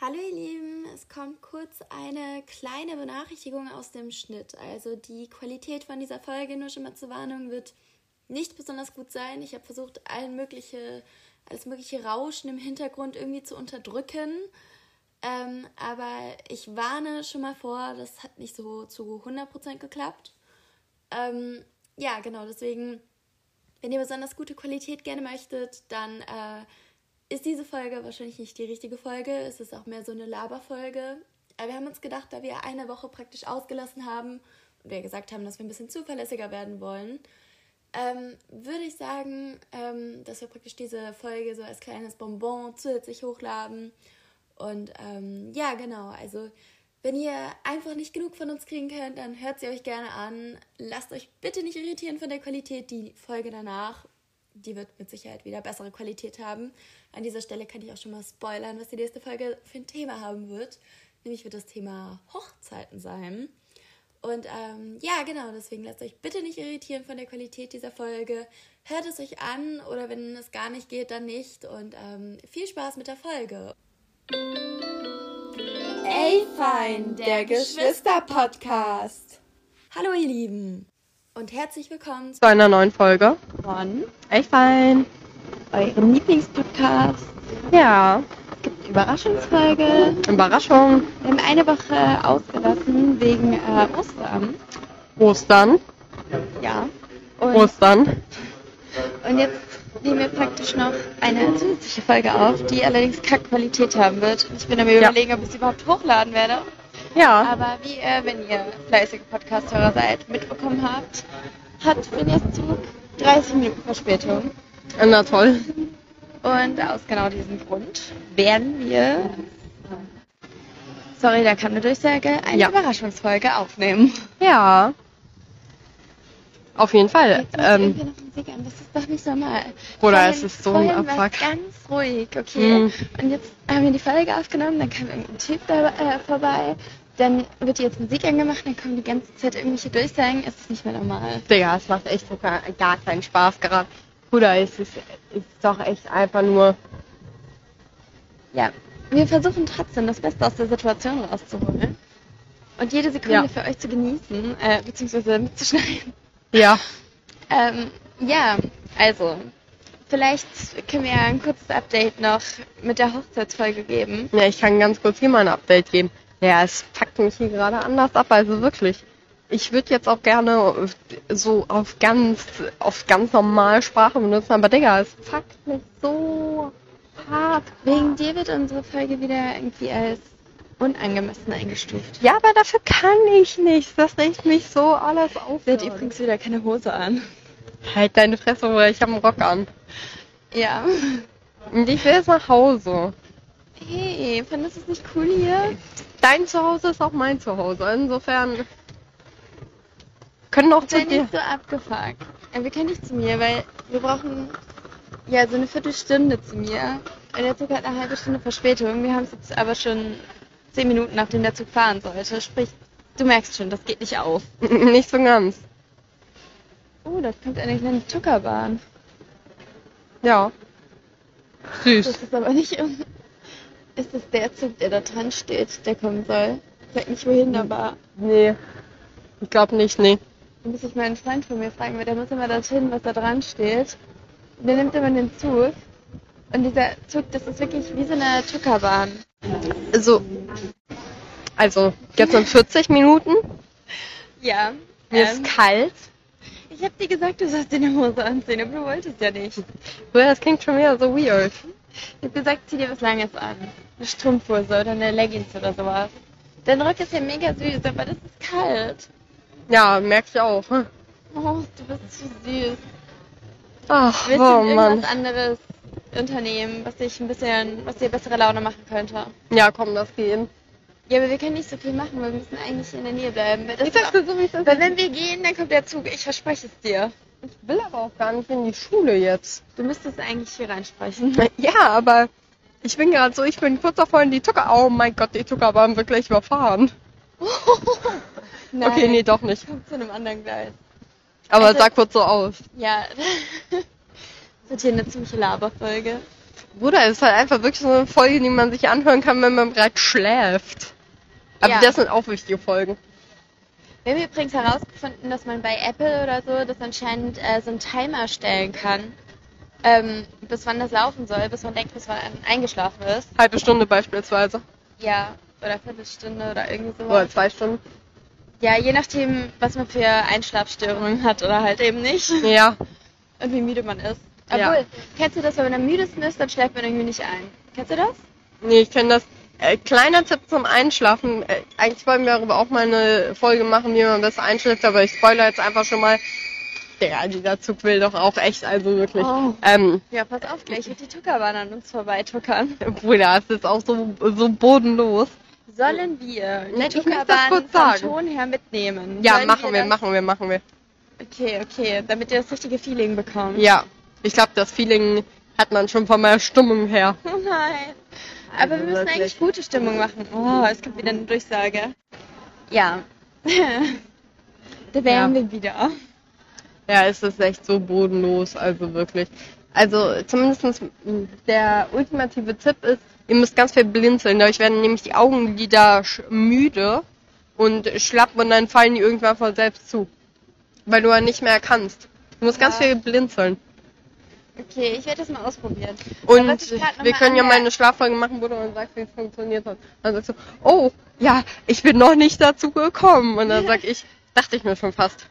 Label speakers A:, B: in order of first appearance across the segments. A: Hallo ihr Lieben, es kommt kurz eine kleine Benachrichtigung aus dem Schnitt. Also die Qualität von dieser Folge, nur schon mal zur Warnung, wird nicht besonders gut sein. Ich habe versucht, allen mögliche, alles mögliche Rauschen im Hintergrund irgendwie zu unterdrücken. Ähm, aber ich warne schon mal vor, das hat nicht so zu 100% geklappt. Ähm, ja, genau, deswegen, wenn ihr besonders gute Qualität gerne möchtet, dann... Äh, ist diese Folge wahrscheinlich nicht die richtige Folge. Es ist auch mehr so eine Laberfolge. Aber wir haben uns gedacht, da wir eine Woche praktisch ausgelassen haben und wir gesagt haben, dass wir ein bisschen zuverlässiger werden wollen, ähm, würde ich sagen, ähm, dass wir praktisch diese Folge so als kleines Bonbon zusätzlich hochladen. Und ähm, ja, genau. Also, wenn ihr einfach nicht genug von uns kriegen könnt, dann hört sie euch gerne an. Lasst euch bitte nicht irritieren von der Qualität. Die Folge danach die wird mit Sicherheit wieder bessere Qualität haben. An dieser Stelle kann ich auch schon mal spoilern, was die nächste Folge für ein Thema haben wird. Nämlich wird das Thema Hochzeiten sein. Und ähm, ja, genau, deswegen lasst euch bitte nicht irritieren von der Qualität dieser Folge. Hört es euch an oder wenn es gar nicht geht, dann nicht. Und ähm, viel Spaß mit der Folge.
B: Ey, fein, der Geschwister-Podcast.
A: Hallo, ihr Lieben. Und herzlich willkommen
C: zu einer neuen Folge
B: Von
C: Echt fein.
B: eurem Lieblingspodcast.
C: Ja,
B: Es gibt eine Überraschungsfolge.
C: Überraschung.
B: Wir haben eine Woche ausgelassen wegen äh, Ostern.
C: Ostern.
B: Ja. Und,
C: Ostern.
B: und jetzt nehmen wir praktisch noch eine zusätzliche Folge auf, die allerdings Kackqualität haben wird. Ich bin am
C: Ja.
B: überlegen, ob ich sie überhaupt hochladen werde.
C: Ja,
B: Aber wie ihr, wenn ihr fleißige Podcast-Hörer seid, mitbekommen habt, hat Finjas Zug 30 Minuten Verspätung. Ähm,
C: na toll.
B: Und aus genau diesem Grund werden wir, sorry, da kam eine Durchsage, eine
C: Ja.
B: Überraschungsfolge aufnehmen.
C: Ja. Auf jeden Fall.
B: Jetzt muss
C: Ähm,
B: irgendwie noch Musik an, das ist doch nicht normal.
C: Bruder,
B: Vorhin-
C: es ist so ein
B: vorhin war es
C: Abfuck.
B: ganz ruhig, okay.
C: Mhm.
B: Und jetzt haben wir die Folge aufgenommen, dann kam irgendein Typ da äh, vorbei, dann wird jetzt Musik angemacht, dann kommen die ganze Zeit irgendwelche Durchsagen, es ist nicht mehr normal.
C: Digga, es macht echt so gar, gar keinen Spaß gerade. Bruder, es ist, es ist doch echt einfach nur.
B: Ja, wir versuchen trotzdem das Beste aus der Situation rauszuholen. Und jede Sekunde
C: Ja.
B: für euch zu genießen, äh, beziehungsweise mitzuschneiden.
C: Ja.
B: Ähm, ja, also, vielleicht können wir ja ein kurzes Update noch mit der Hochzeitsfolge geben.
C: Ja, ich kann ganz kurz hier mal ein Update geben. Ja, es packt mich hier gerade anders ab, also wirklich. Ich würde jetzt auch gerne so auf ganz, auf ganz normale Sprache benutzen, aber Digga, es packt mich so hart.
B: Wegen dir wird unsere Folge wieder irgendwie als unangemessen eingestuft.
C: Ja, aber dafür kann ich nichts. Das regt mich so alles auf.
B: Sie hat übrigens wieder keine Hose an.
C: halt deine Fresse, Bruder, ich habe einen Rock an.
B: Ja.
C: Und ich will jetzt nach Hause.
B: Hey, fandest du es nicht cool hier?
C: Dein Zuhause ist auch mein Zuhause. Insofern können auch zu
B: Sei
C: dir.
B: nicht so abgefuckt. Äh, Wir können nicht zu mir, weil wir brauchen ja so eine Viertelstunde zu mir. Und der Zug hat eine halbe Stunde Verspätung. Wir haben es jetzt aber schon zehn Minuten, nachdem der Zug fahren sollte. Sprich, du merkst schon, das geht nicht auf.
C: Nicht so ganz.
B: Oh, da kommt eine kleine Zuckerbahn.
C: Ja. Süß.
B: Das ist aber nicht. Ist das der Zug, der da dran steht, der kommen soll? Ich sag nicht wohin, aber
C: Nee. Ich glaube nicht, nee.
B: da muss ich meinen Freund von mir fragen, weil der muss immer dorthin, was da dran steht. Der nimmt immer den Zug. Und dieser Zug, das ist wirklich wie so eine Zuckerbahn.
C: So. Also, jetzt sind 40 Minuten.
B: Ja. ähm,
C: Mir ist kalt.
B: ich hab dir gesagt, du sollst dir eine Hose anziehen, aber du wolltest ja nicht. Ich
C: Bruder, das klingt schon wieder so weird.
B: hab gesagt, zieh dir was Langes an. Eine Strumpfhose oder eine Leggings oder sowas. Dein Rock ist ja mega süß, aber das ist kalt.
C: Ja, merke ich auch.
B: Oh, du bist zu süß.
C: Ach,
B: Willst
C: oh
B: du
C: Mann.
B: irgendwas anderes unternehmen, was dich ein bisschen, was dir bessere Laune machen könnte?
C: Ja, komm, das gehen.
B: Ja, aber wir können nicht so viel machen, wir müssen eigentlich in der Nähe bleiben. Weil, das
C: Ich sag's dir so, wie es ist.
B: weil wenn wir gehen, dann kommt der Zug, ich verspreche es dir.
C: Ich will aber auch gar nicht in die Schule jetzt.
B: Du müsstest eigentlich hier reinsprechen.
C: Ja, aber ich bin gerade so, ich bin kurz davor in die Zucker. Oh mein Gott, die Zucker waren wirklich überfahren. Okay, nee, doch nicht.
B: Kommt zu einem anderen Gleis.
C: Aber
B: Also-
C: sah kurz so aus.
B: Ja. das wird hier eine ziemliche Laberfolge.
C: Bruder, es ist halt einfach wirklich so eine Folge, die man sich anhören kann, wenn man bereits schläft. Aber
B: Ja.
C: das sind auch wichtige Folgen.
B: Wir haben übrigens herausgefunden, dass man bei Apple oder so das anscheinend äh, so einen Timer stellen kann, ähm, bis wann das laufen soll, bis man denkt, bis man ein- eingeschlafen ist.
C: Halbe Stunde beispielsweise.
B: Ja, oder Viertelstunde oder irgendwie
C: Oder
B: sowas.
C: zwei Stunden.
B: Ja, je nachdem, was man für Einschlafstörungen hat oder halt eben nicht.
C: Ja.
B: Und wie müde man ist.
C: Ja.
B: Obwohl, kennst du das, wenn man am müdesten ist, dann schläft man irgendwie nicht ein. Kennst du das?
C: Nee, ich kenne das. Äh, kleiner Tipp zum Einschlafen. Äh, eigentlich wollen wir darüber auch mal eine Folge machen, wie man besser einschläft, aber ich spoilere jetzt einfach schon mal. Der, dieser Zug will doch auch echt, also wirklich.
B: Oh.
C: Ähm,
B: Ja, pass auf, gleich wird die Tuckerbahn an uns vorbeituckern.
C: Bruder, es ist auch so, so bodenlos.
B: Sollen wir die
C: Nein, ich möchte das
B: Tuckerbahn
C: kurz
B: vom
C: sagen.
B: Ton her mitnehmen?
C: Ja,
B: Sollen
C: machen wir,
B: das-
C: machen wir, machen wir.
B: Okay, okay, damit ihr das richtige Feeling bekommt.
C: Ja, ich glaube, das Feeling hat man schon von meiner Stimmung her.
B: Oh nein. Aber wir müssen
C: wirklich.
B: eigentlich gute Stimmung machen. Oh, es kommt wieder eine Durchsage. Ja. da wären
C: Ja.
B: wir wieder.
C: Ja, es ist echt so bodenlos, also wirklich. Also zumindest der ultimative Tipp ist, ihr müsst ganz viel blinzeln. Dadurch werden nämlich die Augenlider sch- müde und schlapp und dann fallen die irgendwann von selbst zu. Weil du ja nicht mehr kannst. Du musst ganz
B: Ja.
C: viel blinzeln.
B: Okay, ich werde das mal ausprobieren.
C: Und
B: was ich grad noch
C: wir
B: mal
C: können ja mal
B: anmerken-
C: eine Schlaffolge machen, wo du dann sagst, wie es funktioniert hat. Dann sagst du, oh, ja, ich bin noch nicht dazu gekommen. Und dann sag ich, dachte ich mir schon fast.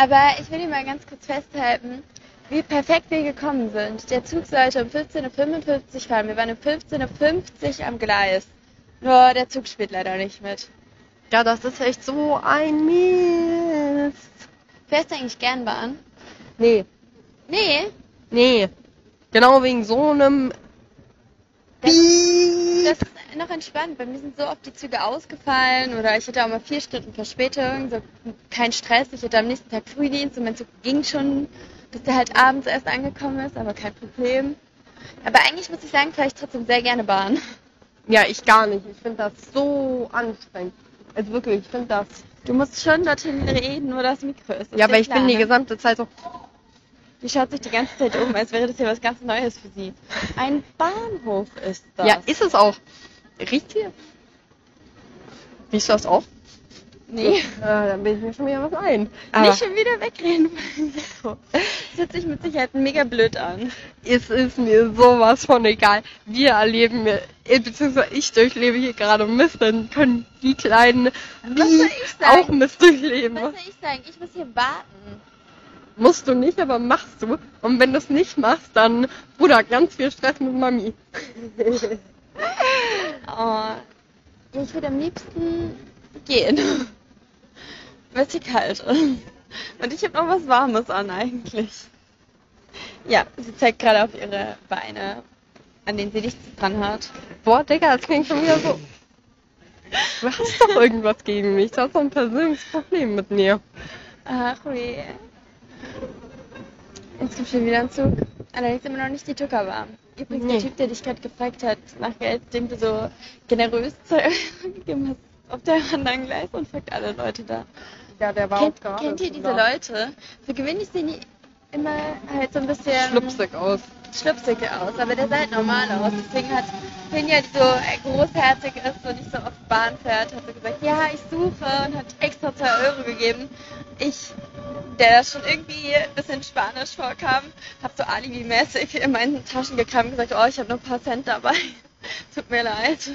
B: Aber ich will hier mal ganz kurz festhalten, wie perfekt wir gekommen sind. Der Zug sollte um 15.55 Uhr fahren. Wir waren um 15.50 Uhr am Gleis. Nur der Zug spielt leider nicht mit.
C: Ja, das ist echt so ein Mist.
B: Fährst du eigentlich gern Bahn?
C: Nee.
B: Nee,
C: Nee. Genau wegen so einem.
B: Das-
C: Piep.
B: das ist noch entspannt. Bei mir sind so oft die Züge ausgefallen oder ich hatte auch mal vier Stunden Verspätung. So, kein Stress. Ich hatte am nächsten Tag Frühdienst und mein Zug ging schon, bis der halt abends erst angekommen ist, aber kein Problem. Aber eigentlich muss ich sagen, fahre ich trotzdem sehr gerne Bahn.
C: ja, ich gar nicht. Ich finde das so anstrengend. Also wirklich, ich finde das.
B: Du musst schon dorthin reden, wo das Mikro ist. Das
C: Ja,
B: ist
C: aber ich
B: klar,
C: bin die
B: ne?
C: gesamte Zeit so.
B: Die schaut sich die ganze Zeit um, als wäre das hier was ganz Neues für sie. Ein Bahnhof ist das.
C: Ja, ist es auch. Riecht hier? Riechst du das auch?
B: nee.
C: Ja, Äh, dann bin ich mir schon wieder was ein.
B: Nicht schon wieder wegreden vom Mikro. Das hört sich mit Sicherheit mega blöd an.
C: es ist mir sowas von egal. Wir erleben, äh, beziehungsweise ich durchlebe hier gerade Mist, dann können die Kleinen
B: soll
C: die
B: ich sagen?
C: auch Mist durchleben.
B: Was soll ich sagen? Ich muss hier warten.
C: Musst du nicht, aber machst du. Und wenn du es nicht machst, dann, Bruder, ganz viel Stress mit Mami.
B: Oh. Ja, ich würde am liebsten gehen. Weil es hier kalt ist. Und ich habe noch was Warmes an eigentlich. Ja, sie zeigt gerade auf ihre Beine, an denen sie nichts dran hat.
C: Boah, Digga, das klingt schon wieder so. Du hast doch irgendwas gegen mich. Du hast doch ein persönliches Problem mit mir.
B: Ach weh. Jetzt kommt schon wieder ein Zug. Allerdings immer noch nicht die Tuckerbahn. Übrigens, der
C: Nee.
B: Typ, der dich gerade gefragt hat nach Geld, dem du so generös Zeug gegeben hast auf der anderen Gleis und fragt alle Leute da.
C: Ja, der war
B: Kennt, kennt ihr diese Leute? Für gewöhnlich sehen die immer halt so ein bisschen
C: Schlupsig aus.
B: schlupsig aus, aber der sah halt normal aus. Deswegen hat Finja, die so äh, großherzig ist und nicht so oft Bahn fährt, hat so gesagt, ja, ich suche und hat extra 2 Euro gegeben. Ich, der da schon irgendwie ein bisschen Spanisch vorkam, habe so alibi-mäßig in meinen Taschen gekramt und gesagt, oh, ich habe nur ein paar Cent dabei. Tut mir leid.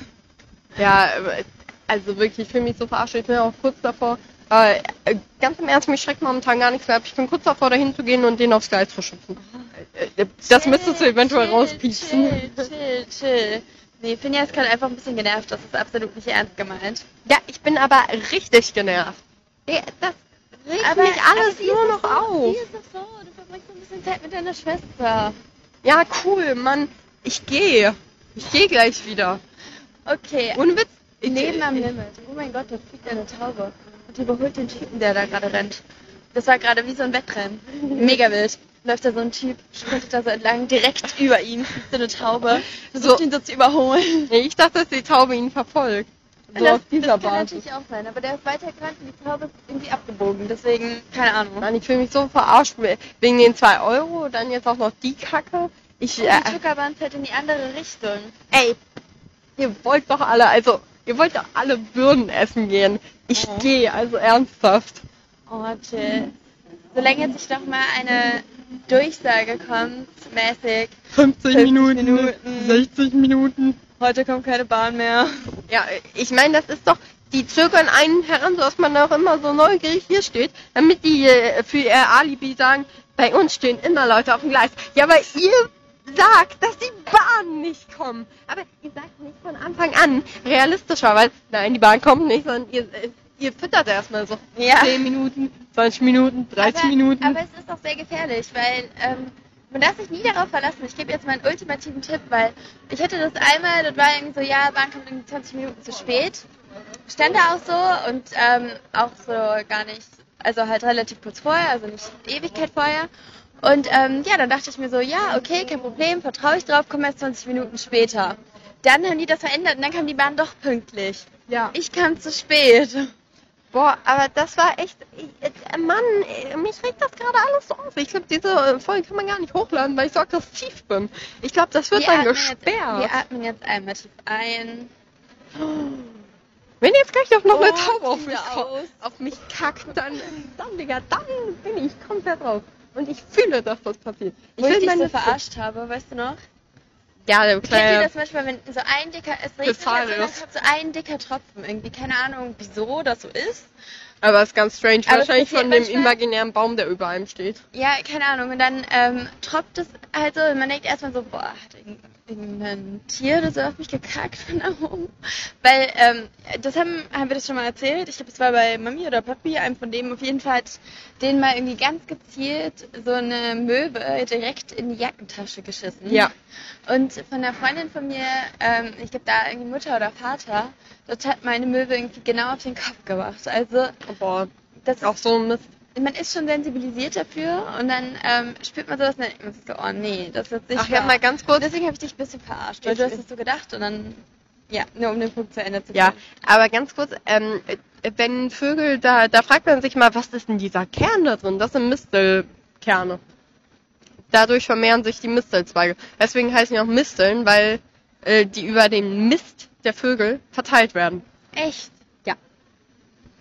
C: Ja, äh, also wirklich, ich fühle mich so verarscht. Ich bin auch kurz davor. Äh, äh, ganz im Ernst, mich schreckt momentan gar nichts mehr ab. Ich bin kurz davor, dahin zu gehen und den aufs Gleis zu schubsen. Äh, äh, Das müsstest du eventuell
B: Chill,
C: rauspiepsen.
B: Chill, chill, chill. Nee, Finja ist gerade einfach ein bisschen genervt. Das ist absolut nicht ernst gemeint.
C: Ja, ich bin aber richtig genervt. Ja, Das riecht mich alles
B: sie
C: nur
B: ist
C: noch
B: doch so,
C: auf.
B: Sie ist doch so. Du verbringst ein bisschen Zeit mit deiner Schwester.
C: Ja, cool, Mann. Ich gehe. Ich gehe gleich wieder.
B: Okay.
C: Ohne Witz. Ich,
B: Leben am Limit. Oh mein Gott, da fliegt eine Taube. Und die überholt den Typen, der da gerade rennt. Das war gerade wie so ein Wettrennen. Mega wild. Läuft da so ein Typ, sprintet da so entlang, direkt über ihn fliegt so eine Taube. Versucht ihn so zu überholen.
C: Nee, ich dachte, dass die Taube ihn verfolgt. So
B: das
C: auf dieser
B: das kann
C: Basis.
B: natürlich auch sein, aber der ist weitergerannt und die Taube ist irgendwie abgebogen. Deswegen, keine Ahnung.
C: Mann, ich fühle mich so verarscht. Wegen den 2 Euro, dann jetzt auch noch die Kacke. Ich,
B: Und
C: äh,
B: die Zuckerbahn fährt in die andere Richtung.
C: ey, ihr wollt doch alle, also, ihr wollt doch alle Birnen essen gehen. Ich
B: Ja.
C: gehe, also ernsthaft.
B: Oh, Jill. Solange jetzt nicht doch mal eine Durchsage kommt, mäßig.
C: 50
B: 50
C: Minuten,
B: Minuten.
C: 60 Minuten.
B: Heute kommt keine Bahn mehr.
C: Ja, ich meine, das ist doch, die zögern einen heran, sodass man auch immer so neugierig hier steht, damit die äh, für ihr Alibi sagen, bei uns stehen immer Leute auf dem Gleis. Ja, aber ihr sagt, dass die Bahnen nicht kommen. Aber ihr sagt nicht von Anfang an, realistischerweise, nein, die Bahn kommt nicht, sondern ihr, äh, ihr füttert erstmal so
B: Ja.
C: 10 Minuten, 20 Minuten, 30
B: aber,
C: Minuten.
B: Aber es ist auch sehr gefährlich, weil ähm, man darf sich nie darauf verlassen. Ich gebe jetzt meinen ultimativen Tipp, weil ich hatte das einmal, das war irgendwie so, ja, Bahn kommt irgendwie 20 Minuten zu spät. Stand da auch so und ähm, auch so gar nicht, also halt relativ kurz vorher, also nicht Ewigkeit vorher. Und ähm, ja, dann dachte ich mir so, ja, okay, kein Problem, vertraue ich drauf, komme erst 20 Minuten später. Dann haben die das verändert und dann kam die Bahn doch pünktlich.
C: ja.
B: Ich kam zu spät.
C: Boah, aber das war echt. ich- äh, Mann, äh, mich regt das gerade alles so auf. Ich glaube, diese äh, Folge kann man gar nicht hochladen, weil ich so aggressiv bin. Ich glaube, das wird dann
B: atmen jetzt-
C: gesperrt.
B: Wir atmen jetzt einmal tief ein.
C: Wenn jetzt gleich doch noch eine
B: Oh,
C: Taube auf mich,
B: wieder
C: ko-
B: aus.
C: auf mich kackt, dann, dann, Digga, dann bin ich komplett raus. Und ich fühle, dass das passiert.
B: Wo ich dich so
C: meine-
B: verarscht habe, weißt du noch?
C: Ja, der
B: Kennt ihr
C: kleine.
B: das manchmal, wenn so ein dicker, es regnet
C: Gefahr
B: halt so,
C: ist.
B: dann kommt so ein dicker Tropfen irgendwie. Keine Ahnung, wieso das so ist.
C: Aber ist ganz strange.
B: Aber es
C: Wahrscheinlich
B: passiert
C: von dem
B: manchmal.
C: imaginären Baum, der über einem steht.
B: Ja, keine Ahnung. Und dann ähm, tropft es halt so und man denkt erstmal so, boah, hat irgend- irgendein Tier oder so auf mich gekackt von da oben. Weil, ähm, das haben, haben wir das schon mal erzählt. Ich glaube, es war bei Mami oder Papi, einem von dem auf jeden Fall hat denen mal irgendwie ganz gezielt so eine Möwe direkt in die Jackentasche geschissen.
C: Ja.
B: Und von einer Freundin von mir, ähm, ich glaube da irgendwie Mutter oder Vater, dort hat meine Möwe irgendwie genau auf den Kopf gemacht. Also
C: Boah,
B: das
C: auch so ein Mist.
B: ist, man ist schon sensibilisiert dafür und dann ähm, spürt man sowas und dann denkt man sich so, oh nee, das wird nicht
C: Ach ja,
B: wahr.
C: mal ganz kurz.
B: Deswegen habe ich dich ein bisschen verarscht, weil
C: Ich-
B: du hast es so gedacht und dann, ja, nur um den Punkt zu Ende zu
C: Ja,
B: bringen.
C: aber ganz kurz, ähm, äh, wenn Vögel, da, da fragt man sich mal, was ist denn dieser Kern da drin? Das sind Mistelkerne. Dadurch vermehren sich die Mistelzweige. Deswegen heißen die auch Misteln, weil äh, die über den Mist der Vögel verteilt werden.
B: Echt?
C: Ja.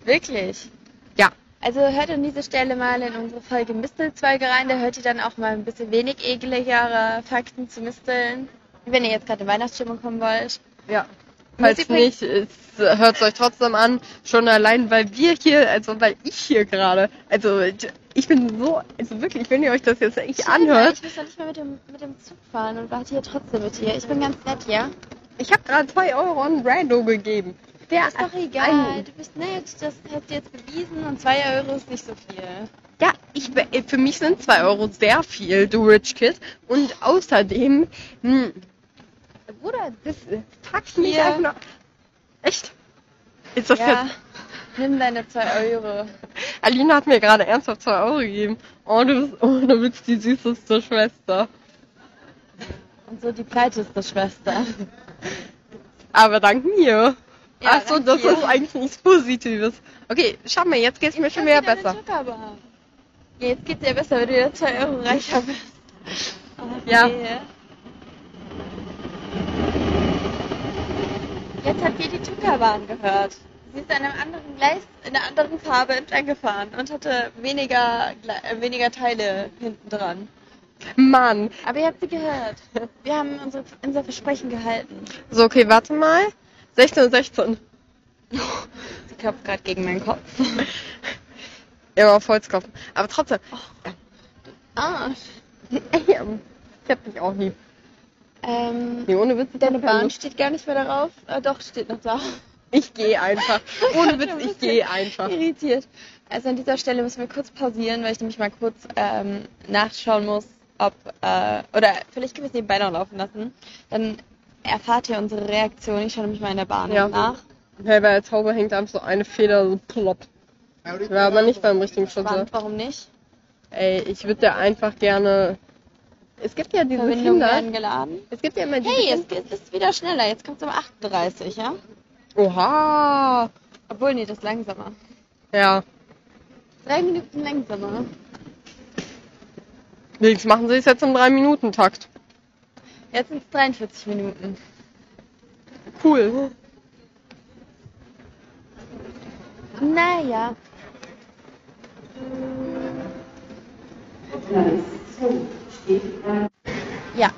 B: Wirklich?
C: Ja.
B: Also hört an dieser Stelle mal in unsere Folge Mistelzweige rein, da hört ihr dann auch mal ein bisschen wenig ekeligere Fakten zu Misteln. Wenn ihr jetzt gerade in Weihnachtsstimmung kommen wollt.
C: Ja. Falls
B: Muss übrigens-
C: nicht, hört es euch trotzdem an. Schon allein, weil wir hier, also weil ich hier gerade, also ich bin so, also wirklich, wenn ihr euch das jetzt echt anhört,
B: Ich muss doch nicht mal mit dem, mit dem Zug fahren und warte hier trotzdem mit dir. Ich bin ganz nett, ja?
C: ich habe gerade 2 Euro an Rando gegeben.
B: Der ist doch egal.
C: ein-
B: Du bist nett. Das hast du jetzt bewiesen und zwei Euro ist nicht so viel.
C: Ja, ich, be- äh, für mich sind 2 Euro sehr viel, du Rich Kid. Und außerdem, mh, Bruder, das äh, fuckt mich
B: Hier.
C: einfach. Echt? Ist das
B: ja.
C: jetzt?
B: Nimm deine zwei Euro.
C: Alina hat mir gerade ernsthaft 2 Euro gegeben. Oh du, bist, oh, du bist die süßeste Schwester.
B: Und so die breiteste Schwester.
C: Aber dank mir.
B: Ja,
C: Ach so,
B: dank
C: das
B: dir.
C: ist eigentlich nichts Positives. Okay, schau mal, jetzt geht's mir schon wieder
B: Wieder
C: besser.
B: mit Zuckerbar. Ja, jetzt geht's dir besser, wenn du wieder zwei Euro reicher bist. Oh,
C: Ja.
B: nee. Jetzt hat die die Zuckerbahn gehört. Sie ist an einem anderen Gleis, in einer anderen Farbe entlang gefahren und hatte weniger, Gle- äh, weniger Teile hinten dran.
C: Mann.
B: Aber ihr habt sie gehört. Wir haben unsere, unser Versprechen gehalten.
C: So, okay, warte mal. 16, 16.
B: Sie klopft gerade gegen meinen Kopf.
C: Immer auf Holz klopfen. Aber trotzdem,
B: Arsch.
C: Ey, ähm, ich hab dich auch lieb.
B: Ähm,
C: Nee, ohne Witz. ich
B: deine
C: hab keine
B: Bahn
C: Lust.
B: steht gar nicht mehr darauf. Äh, doch, steht noch da.
C: Ich gehe einfach. Ohne Witz,
B: Ein
C: ich
B: bisschen
C: gehe einfach.
B: Irritiert. Also an dieser Stelle müssen wir kurz pausieren, weil ich nämlich mal kurz ähm, nachschauen muss, ob. Äh, oder vielleicht können wir es nebenbei noch laufen lassen. Dann erfahrt ihr unsere Reaktion. Ich schaue nämlich mal in der Bahn
C: Ja.
B: nach.
C: Hey, bei der Taube hängt einem so eine Feder so plopp. War aber nicht beim richtigen Schütze.
B: Spannend, warum nicht?
C: Ey, ich würde da einfach gerne. Es gibt ja diese
B: Verbindungen
C: Kinder.
B: werden geladen.
C: Es gibt ja immer diese.
B: Hey, es geht- es ist wieder schneller. Jetzt kommt es um 38, ja?
C: Oha!
B: Obwohl, nee, das ist langsamer.
C: Ja.
B: Drei Minuten langsamer.
C: Links machen sie es jetzt im 3-Minuten-Takt.
B: Jetzt sind es 43 Minuten.
C: Cool.
B: Naja. Ja.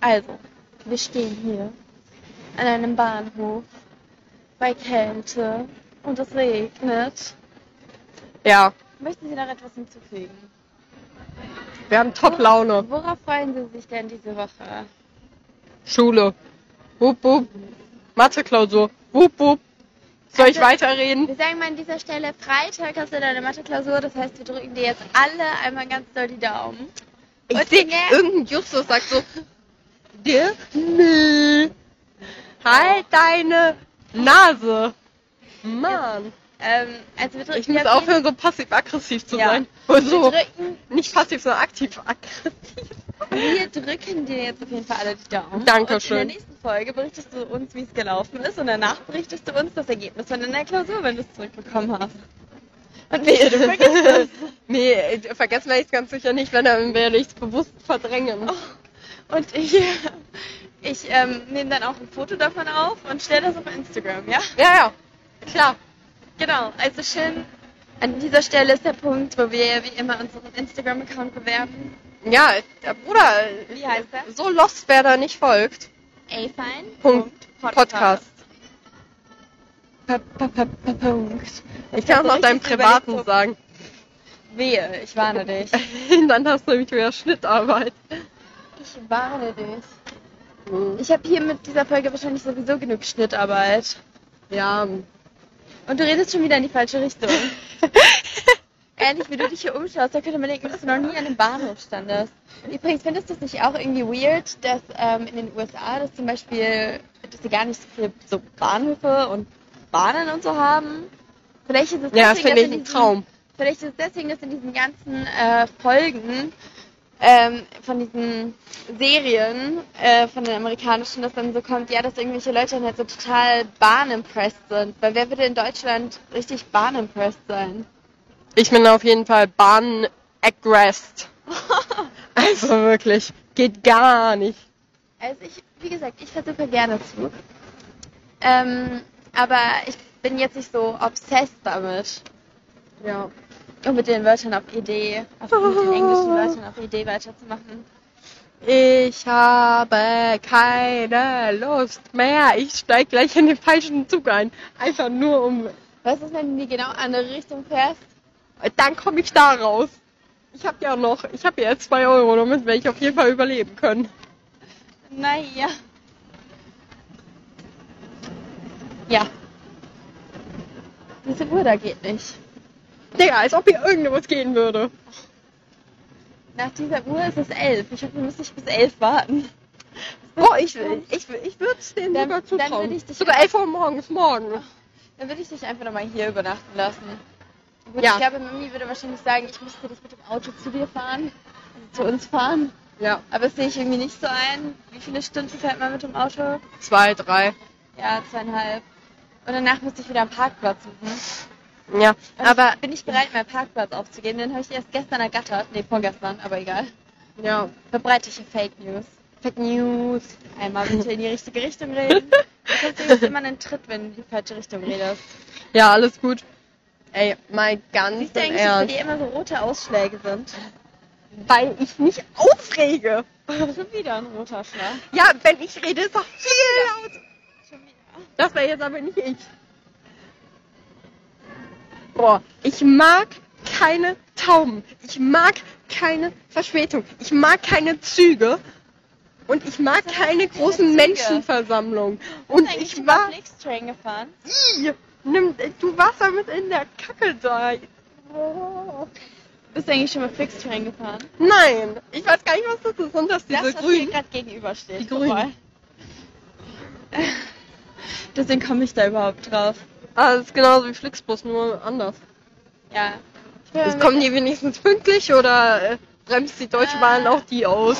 B: Also, wir stehen hier an einem Bahnhof bei Kälte und es regnet.
C: Ja,
B: Möchten Sie noch etwas hinzufügen?
C: wir haben Top-Laune.
B: Worauf freuen Sie sich denn diese Woche?
C: Schule. Wupp, wupp. Mathe-Klausur. Wupp, wupp. Soll ich
B: Also-
C: weiterreden?
B: Wir sagen mal an dieser Stelle, Freitag hast du deine Mathe-Klausur, das heißt, wir drücken dir jetzt alle einmal ganz doll die Daumen.
C: Ich
B: Und
C: sehe,
B: jetzt-
C: irgendein Justus sagt so, der Müll. Halt deine Nase. Mann.
B: Ähm, also wir drücken
C: Ich muss
B: dir auf jeden-
C: aufhören, so passiv-aggressiv zu
B: Ja.
C: sein. Und
B: wir
C: so,
B: drücken,
C: nicht passiv, sondern aktiv-aggressiv.
B: wir drücken dir jetzt auf jeden Fall alle die Daumen.
C: Dankeschön.
B: Und in der nächsten Folge berichtest du uns, wie es gelaufen ist und danach berichtest du uns das Ergebnis von deiner Klausur, wenn du es zurückbekommen hast. Und wehe, du vergisst es.
C: Nee, äh, vergessen wir es ganz sicher nicht, wenn dann werde ich es bewusst verdrängen.
B: Und ich, ich ähm, nehme dann auch ein Foto davon auf und stelle das auf Instagram, ja?
C: Ja, ja, klar.
B: Genau, also schön. An dieser Stelle ist der Punkt, wo wir wie immer unseren Instagram-Account bewerben.
C: Ja, äh, Bruder, äh,
B: Wie heißt er?
C: so lost, wer da nicht folgt.
B: Afine.
C: Punkt. Podcast.
B: Pa- pa- pa- pa- Punkt.
C: Ich kann
B: hab
C: auch
B: so
C: noch deinen
B: richtig
C: privaten
B: überlegt,
C: sagen.
B: so- Wehe, ich warne dich.
C: dann hast du nämlich wieder Schnittarbeit.
B: Ich warne dich.
C: Hm.
B: Ich habe hier mit dieser Folge wahrscheinlich sowieso genug Schnittarbeit.
C: Ja,
B: Und du redest schon wieder in die falsche Richtung. Ehrlich, wie du dich hier umschaust, da könnte man denken, dass du noch nie an einem Bahnhof standest. Übrigens, findest du es nicht auch irgendwie weird, dass ähm, in den USA, dass zum Beispiel, dass sie gar nicht so viele so Bahnhöfe und Bahnen und so haben? Vielleicht ist es
C: ja das
B: deswegen,
C: finde
B: dass
C: ich
B: in
C: ein
B: diesen-
C: Traum.
B: Vielleicht ist es deswegen, dass in diesen ganzen äh, Folgen ähm, von diesen Serien äh, von den amerikanischen, dass dann so kommt, ja, dass irgendwelche Leute dann halt so total bahnimpressed sind. Weil wer würde in Deutschland richtig bahnimpressed sein?
C: Ich bin auf jeden Fall bahn-aggressed. also wirklich, geht gar nicht.
B: Also ich, wie gesagt, ich versuche gerne Zug. Ähm, aber ich bin jetzt nicht so obsessed damit.
C: Ja.
B: Und mit den Wörtern auf Idee, auf, mit den englischen Wörtern auf Idee weiterzumachen.
C: Ich habe keine Lust mehr. Ich steige gleich in den falschen Zug ein. Einfach nur um.
B: Was ist, wenn du in die genau andere Richtung fährst?
C: Dann komme ich da raus. Ich habe ja noch, ich habe ja jetzt 2 Euro, damit werde ich auf jeden Fall überleben können.
B: Naja. Ja. Diese Uhr da geht nicht.
C: Digga, als ob hier irgendwas gehen würde.
B: Nach dieser Uhr ist es elf. Ich hoffe, wir müssen nicht bis elf warten.
C: Boah, ich, ich, ich würde es denen
B: Dann-
C: sogar
B: dann
C: zutrauen.
B: würd ich dich-
C: Sogar 11 Uhr morgens, morgen.
B: Dann würde ich dich einfach nochmal hier übernachten lassen. Gut,
C: Ja.
B: Ich glaube, Mimi würde wahrscheinlich sagen, ich müsste dich mit dem Auto zu dir fahren, also zu uns fahren.
C: Ja,
B: Aber das sehe ich irgendwie nicht so ein. Wie viele Stunden fährt man mit dem Auto?
C: 2, 3.
B: Ja, zweieinhalb. Und danach müsste ich wieder einen Parkplatz suchen.
C: Ja,
B: Und
C: aber
B: ich Also bin ich bereit, meinen Parkplatz aufzugeben? Den habe ich erst gestern ergattert. Nee, vorgestern, aber egal.
C: ja.
B: Verbreite ich hier Fake News.
C: Fake News.
B: Einmal bitte in die richtige Richtung reden. Du kriegst übrigens immer einen Tritt, wenn du in die falsche Richtung redest.
C: Ja, alles gut. Ey, mein ganz
B: Siehst du
C: im
B: eigentlich, dass bei
C: Ernst.
B: dir immer so rote Ausschläge sind?
C: Weil ich mich aufrege.
B: Schon wieder ein roter Schlag.
C: Ja, wenn ich rede, ist doch viel laut.
B: Schon wieder.
C: Das war jetzt aber nicht ich. Boah, ich mag keine Tauben. Ich mag keine Verspätung. Ich mag keine Züge. Und ich mag keine großen
B: Züge?
C: Menschenversammlungen. Und
B: Bist du eigentlich
C: ich
B: schon
C: mag.
B: mal Flixtrain gefahren?
C: Ih, Nimm, du warst damit in der Kacke da.
B: Bist du eigentlich schon mal Flixtrain gefahren?
C: Nein, ich weiß gar nicht, was das ist. Sind das diese
B: das, was mir
C: grünen?
B: gerade gegenübersteht.
C: Die Grünen.
B: Vorbei. Deswegen komme ich da überhaupt drauf.
C: Ah, das ist genauso wie Flixbus, nur anders.
B: Ja. Ich bin
C: Ist,
B: mir
C: kommen die
B: Äh.
C: wenigstens pünktlich oder äh, bremst die Deutsche Bahn auch die aus?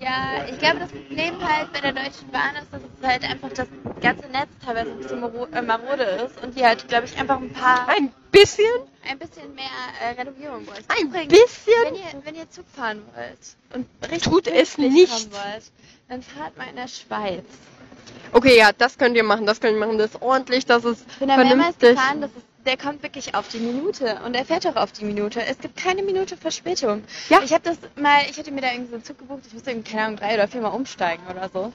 B: Ja, ich glaube, das Problem halt bei der Deutschen Bahn ist, dass es halt einfach das ganze Netz teilweise ein bisschen maro äh, marode ist und die halt, glaube ich, einfach ein paar,
C: Ein bisschen?
B: ein bisschen mehr äh, Renovierung bräuchten.
C: Ein
B: Übrigens, wenn
C: bisschen?
B: ihr, wenn ihr Zug fahren wollt und richtig
C: Tut es
B: pünktlich
C: nicht.
B: kommen wollt, dann fahrt mal in der Schweiz.
C: Okay, ja, das könnt ihr machen, das könnt ihr machen. Das ist ordentlich, das ist
B: Ich bin da mehrmals
C: vernünftig.
B: gefahren, das ist, der kommt wirklich auf die Minute und er fährt auch auf die Minute. Es gibt keine Minute Verspätung.
C: Ja.
B: Ich habe das mal, ich hatte mir da irgendwie so einen Zug gebucht, ich musste irgendwie, keine Ahnung, drei oder viermal umsteigen oder so,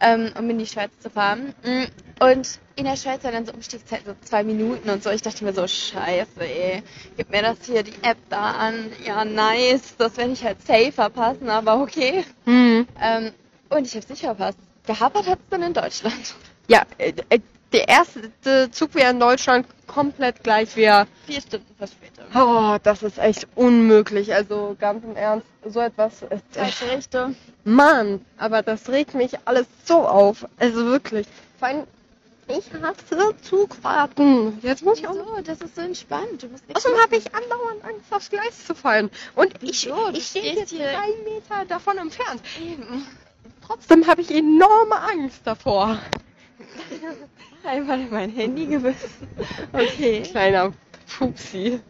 B: ähm, um in die Schweiz zu fahren. Mm, Und in der Schweiz war dann so Umstiegszeit so zwei Minuten und so. Ich dachte mir so, scheiße, ey, gib mir das hier, die App da an. Ja, nice, das werde ich halt safe verpassen, aber okay.
C: Hm.
B: Ähm, und ich habe es nicht verpasst. Gehapert hat es dann in Deutschland.
C: Ja, äh, äh, der erste Zug wäre in Deutschland komplett gleich wäre.
B: Vier Stunden Verspätung.
C: Oh, das ist echt unmöglich. Also ganz im Ernst, so etwas. Äh,
B: Falsche Richtung.
C: Mann, aber das regt mich alles so auf. Also wirklich. Vor allem, ich hasse Zugfahrten. Jetzt muss ich auch.
B: Wieso? Das ist so entspannt. Du musst nichts
C: Außerdem
B: machen.
C: habe ich andauernd Angst, aufs Gleis zu fallen. Und ich,
B: Wieso? Du
C: ich stehe jetzt
B: stehst hier-
C: drei Meter davon entfernt.
B: Eben.
C: Trotzdem habe ich enorme Angst davor.
B: Einmal in mein Handy gebissen. Okay.
C: Kleiner Pupsi.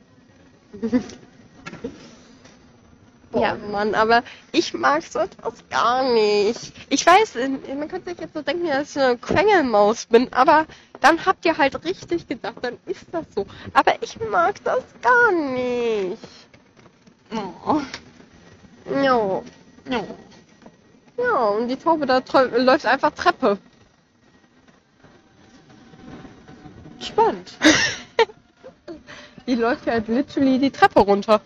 C: Boah,
B: Ja.
C: Oh Mann, aber ich mag so etwas gar nicht. Ich weiß, in- in- man könnte sich jetzt so denken, dass ich eine Quengelmaus bin, aber dann habt ihr halt richtig gedacht, dann ist das so. Aber ich mag das gar nicht.
B: No.
C: Ja,
B: No.
C: ja, und die Taube da trö- läuft einfach Treppe.
B: Spannend.
C: Die läuft ja halt literally die Treppe runter.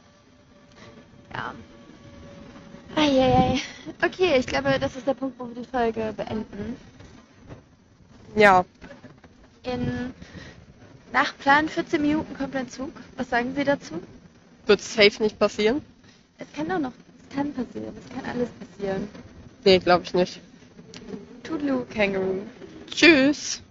B: Ja. Eieiei. Okay, ich glaube, das ist der Punkt, wo wir die Folge beenden.
C: Ja,
B: In nach Plan 14 Minuten kommt ein Zug. Was sagen Sie dazu?
C: wird safe nicht passieren?
B: Es kann doch noch. Es kann passieren. Es kann alles passieren.
C: Nee, glaube ich nicht.
B: Toodaloo, Kangaroo.
C: Tschüss.